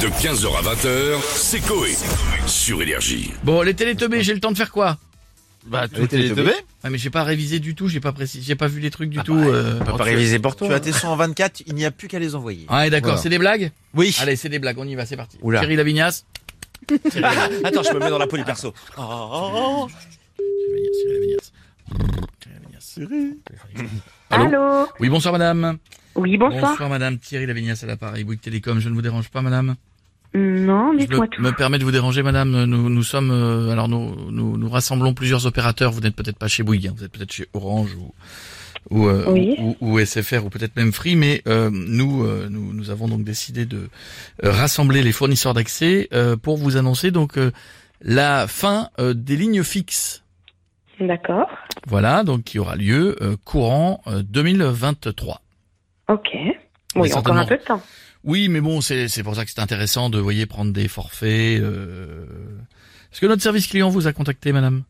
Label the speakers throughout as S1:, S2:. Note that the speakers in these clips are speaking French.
S1: De 15h à 20h, c'est Coé. Sur Énergie.
S2: Bon, les Télétobés, j'ai le temps de faire quoi
S3: Bah,
S4: Les Télétobés
S2: Ah mais j'ai pas révisé du tout, j'ai pas précisé, j'ai pas vu les
S4: Ah
S2: trucs du tout.
S4: bah,
S2: euh,
S3: Pas révisé pour toi. hein.
S4: Tu as tes 124, il n'y a plus qu'à les envoyer.
S2: Ouais, d'accord,
S4: Voilà.
S2: c'est des blagues
S4: Oui.
S2: Allez, c'est des blagues, on y va, c'est parti.
S4: Oula.
S2: Thierry Lavignasse.
S3: Attends, je me mets dans la peau du perso.
S4: Oh.
S2: Thierry Lavignasse, Thierry Lavignasse. Thierry Lavignasse. Allô
S5: Allô,
S2: Oui, bonsoir madame.
S5: Oui, bonsoir.
S2: madame, Thierry Lavignasse à l'appareil Bouygues Télécom, je ne vous dérange pas madame
S5: Non,
S2: Je
S5: dites-moi
S2: me,
S5: tout.
S2: me permets de vous déranger madame, nous, nous sommes, euh, alors nous, nous, nous rassemblons plusieurs opérateurs, vous n'êtes peut-être pas chez Bouygues, hein, vous êtes peut-être chez Orange ou... Ou, euh,
S5: Oui.
S2: ou, ou- ou SFR ou peut-être même Free, mais euh, nous, euh, nous nous avons donc décidé de euh, rassembler les fournisseurs d'accès euh, pour vous annoncer donc euh, la fin euh, des lignes fixes.
S5: D'accord.
S2: Voilà, donc qui aura lieu euh, courant euh, 2023.
S5: Ok. Oui, encore
S2: certainement.
S5: un peu de temps.
S2: Oui, mais bon, c'est c'est pour ça que c'est intéressant de voyez prendre des forfaits. euh. Est-ce que notre service client vous a contacté, madame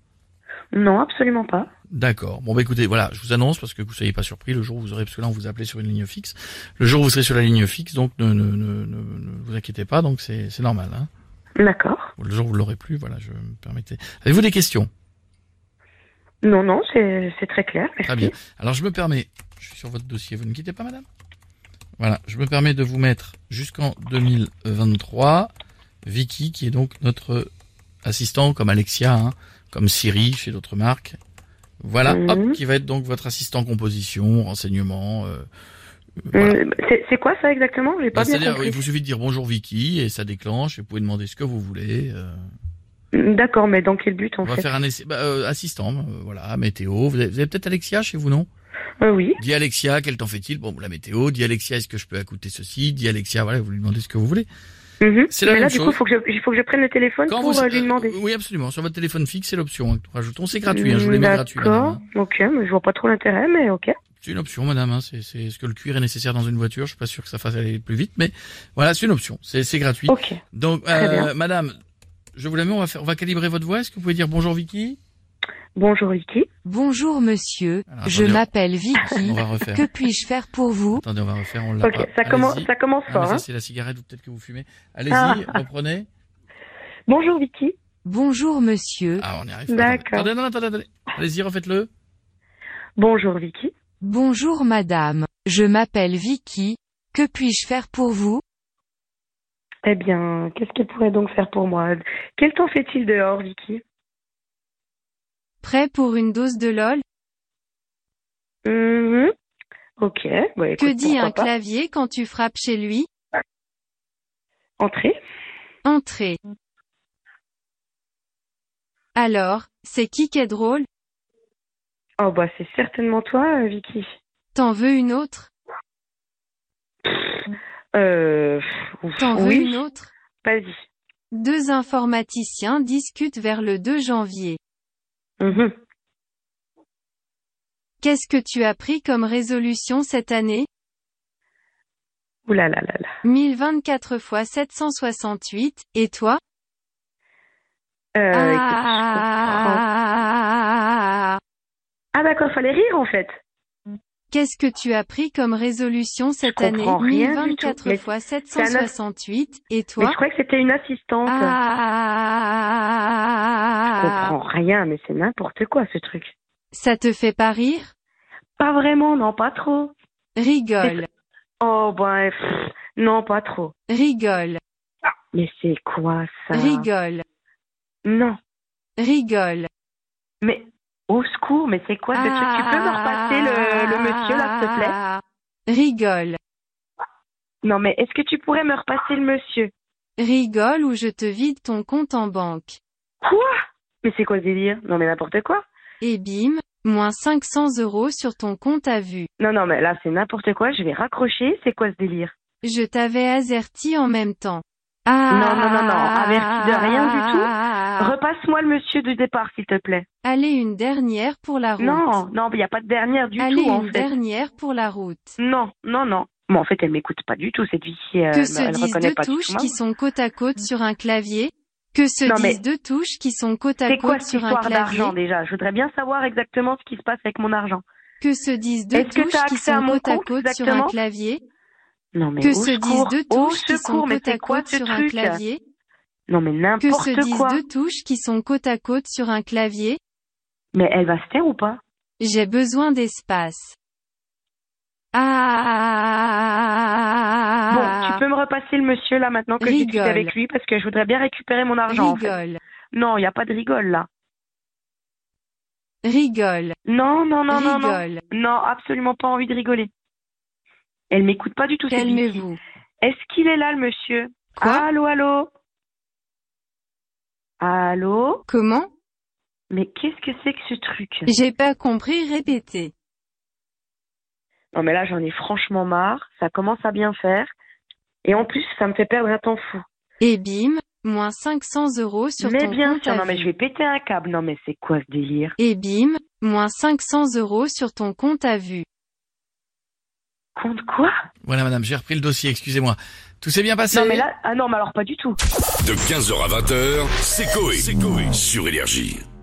S5: Non, absolument pas.
S2: D'accord. Bon bah écoutez, voilà, je vous annonce parce que vous soyez pas surpris le jour où vous aurez, parce que là on vous appelait sur une ligne fixe. Le jour où vous serez sur la ligne fixe, donc ne, ne, ne, ne- ne vous inquiétez pas, donc c'est c'est normal. Hein.
S5: D'accord.
S2: Le jour où vous l'aurez plus, voilà, je me permettais. Avez-vous des questions
S5: Non, non, c'est c'est très clair. Merci.
S2: Très bien. Alors je me permets, je suis sur votre dossier, vous ne quittez pas, madame. Voilà, je me permets de vous mettre jusqu'en 2023 Vicky, qui est donc notre assistant, comme Alexia, hein, comme Siri chez d'autres marques. Voilà,
S5: Mhm.
S2: hop, qui va être donc votre assistant composition, renseignement. euh, euh, voilà.
S5: Hum, C'est c'est quoi ça exactement J'ai pas
S2: Bah,
S5: bien
S2: C'est-à-dire,
S5: compris.
S2: il vous suffit de dire bonjour Vicky et ça déclenche. Et vous pouvez demander ce que vous voulez. euh.
S5: Hum, D'accord, mais dans quel but en
S2: on va
S5: fait
S2: faire un essai. Bah, euh, assistant, euh, voilà, météo. Vous avez, vous avez peut-être Alexia chez vous, non
S5: Euh, Oui.
S2: Dis Alexia, quel temps fait-il Bon, la météo. Dis Alexia, est-ce que je peux écouter ceci Dis Alexia, voilà, vous lui demandez ce que vous voulez.
S5: Mhm.
S2: C'est la
S5: mais là,
S2: même
S5: du coup,
S2: chose.
S5: faut que je- il faut que je prenne le téléphone pour
S2: vous
S5: euh, lui demander.
S2: Euh, oui, absolument. Sur votre téléphone fixe, c'est l'option hein, que nous rajoutons. C'est gratuit. hein, je vous les mets gratuits. madame,
S5: Hum, D'accord.
S2: hein.
S5: Ok, mais je vois pas trop l'intérêt, mais ok.
S2: C'est une option, madame. Hein. C'est c'est ce que le cuir est nécessaire dans une voiture. Je suis pas sûr que ça fasse aller plus vite, mais voilà, c'est une option. C'est c'est gratuit.
S5: Ok.
S2: Donc,
S5: Oh, Très
S2: euh,
S5: bien.
S2: madame, je vous la mets. On va faire, on va calibrer votre voix. Est-ce que vous pouvez dire bonjour Vicky
S5: Bonjour Vicky.
S6: Bonjour monsieur,
S2: Alors,
S6: je
S2: Ah, attendez,
S6: m'appelle Vicky.
S2: On va refaire.
S6: Que puis-je faire pour vous
S2: Attendez, on va refaire. On l'a
S5: Ok,
S2: pas.
S5: ça commence,
S2: Allez-y.
S5: ça commence
S2: Ah, mais
S5: fort.
S2: ça,
S5: hein. Ah.
S2: c'est la cigarette ou peut-être que vous fumez. Allez-y, reprenez.
S5: Bonjour Vicky.
S6: Bonjour monsieur,
S2: Ah, on y arrive. pas.
S5: D'accord.
S2: Attendez, non, attendez, attendez. Allez-y, refaites-le.
S5: Bonjour Vicky.
S6: bonjour madame, je m'appelle Vicky. Que puis-je faire pour vous
S5: Eh bien, qu'est-ce qu'elle pourrait donc faire pour moi Quel temps fait-il dehors, Vicky
S6: Prêt pour une dose de LOL
S5: Mhm. Ok. bah, écoute,
S6: Que dit
S5: pourquoi
S6: un
S5: pas.
S6: clavier quand tu frappes chez lui
S5: Entrée.
S6: Entrez. Alors, c'est qui qui est drôle
S5: Oh bah c'est certainement toi, euh, Vicky.
S6: T'en veux une autre
S5: Euh, pff, ouf,
S6: T'en veux
S5: oui.
S6: une autre
S5: Vas-y.
S6: Deux informaticiens discutent vers le 2 janvier.
S5: Mhm.
S6: Qu'est-ce que tu as pris comme résolution cette année
S5: Ouh là là là là.
S6: 1024 fois 768, et toi
S5: Euh, écoute, je comprends.
S6: Ah,
S5: Ah d'accord, fallait rire en fait.
S6: Qu'est-ce que tu as pris comme résolution cette
S5: comprends
S6: année
S5: rien du tout,
S6: 1024
S5: mais
S6: fois
S5: un as-
S6: 768, et
S5: Mais
S6: toi
S5: je croyais que c'était une assistante. Je
S6: Ah,
S5: comprends rien, mais c'est n'importe quoi ce truc.
S6: Ça te fait pas rire
S5: Pas vraiment, non, pas trop.
S6: Rigole,
S5: Oh bah pff, non, pas trop.
S6: rigole,
S5: Mais c'est quoi ça
S6: rigole,
S5: Non.
S6: rigole.
S5: Mais au secours, mais c'est quoi ce truc Tu peux me repasser le, le monsieur là, s'il te plaît
S6: plaît Ah. Rigole,
S5: Non, mais est-ce que tu pourrais me repasser le monsieur
S6: rigole ou je te vide ton compte en banque.
S5: Quoi Mais c'est quoi ce délire Non, mais n'importe quoi.
S6: Et bim, moins 500 euros sur ton compte à vue.
S5: Non, non, mais là c'est n'importe quoi. Je vais raccrocher. C'est quoi ce délire
S6: Je t'avais averti en même temps. Ah
S5: Non, non, non, non, averti de rien du tout.
S6: du
S5: Repasse-moi le monsieur du départ, s'il te plaît.
S6: Allez une dernière pour la route.
S5: Non, non, il n'y a pas de dernière du
S6: Allez
S5: tout en
S6: une
S5: fait.
S6: dernière pour la route.
S5: Non, non, non. Bon, en fait, elle m'écoute pas du tout cette vie. euh,
S6: que
S5: elle
S6: se disent
S5: reconnaît
S6: deux
S5: pas du tout
S6: touches
S5: ma
S6: qui sont côte à côte sur un clavier Que se
S5: Non, mais-
S6: disent deux touches qui sont côte à
S5: C'est quoi
S6: côte
S5: cette
S6: sur un
S5: histoire
S6: clavier
S5: d'argent déjà Je voudrais bien savoir exactement ce qui se passe avec mon argent.
S6: Que se disent deux
S5: Est-ce que t'as
S6: touches qui
S5: accès à
S6: sont
S5: mon
S6: côte à
S5: compte,
S6: côte sur
S5: exactement
S6: un clavier
S5: Non, mais
S6: Que
S5: au
S6: se disent
S5: secours,
S6: deux
S5: au
S6: touches qui sont
S5: secours, mais
S6: côte à
S5: c'est quoi
S6: côte
S5: ce
S6: sur un
S5: truc
S6: clavier
S5: Non, mais
S6: Que se
S5: n'importe
S6: disent
S5: quoi.
S6: deux touches qui sont côte à côte sur un clavier
S5: Mais elle va se taire ou pas
S6: J'ai besoin d'espace. Ah
S5: Bon, tu peux me repasser le monsieur là maintenant que j'ai discuté
S6: Rigole.
S5: avec lui parce que je voudrais bien récupérer mon argent. en fait.
S6: ah. Rigole,
S5: Non, il n'y a pas de rigole là.
S6: rigole,
S5: Non, non, non, non, non.
S6: rigole.
S5: Non, absolument pas envie de rigoler. Elle m'écoute pas du tout. cette Vicky.
S6: Calmez-vous.
S5: Est-ce qu'il est là le monsieur
S6: Quoi
S5: Allô, allô Allô
S6: Comment
S5: Mais qu'est-ce que c'est que ce truc
S6: J'ai pas compris, répétez.
S5: Non mais là j'en ai franchement marre, ça commence à bien faire. Et en plus, ça me fait perdre un temps fou.
S6: Et bim, moins 500 euros sur
S5: mais
S6: ton
S5: bien
S6: compte
S5: sûr,
S6: à
S5: non mais
S6: vue.
S5: je vais péter un câble. Non mais c'est quoi ce délire
S6: Et bim, moins 500 euros sur ton compte à vue.
S5: Compte quoi
S2: Voilà, madame, j'ai repris le dossier, excusez-moi. Tout s'est bien passé
S5: Non mais là, ah non mais alors pas du tout.
S1: De 15h à 20h, c'est Coé sur Énergie.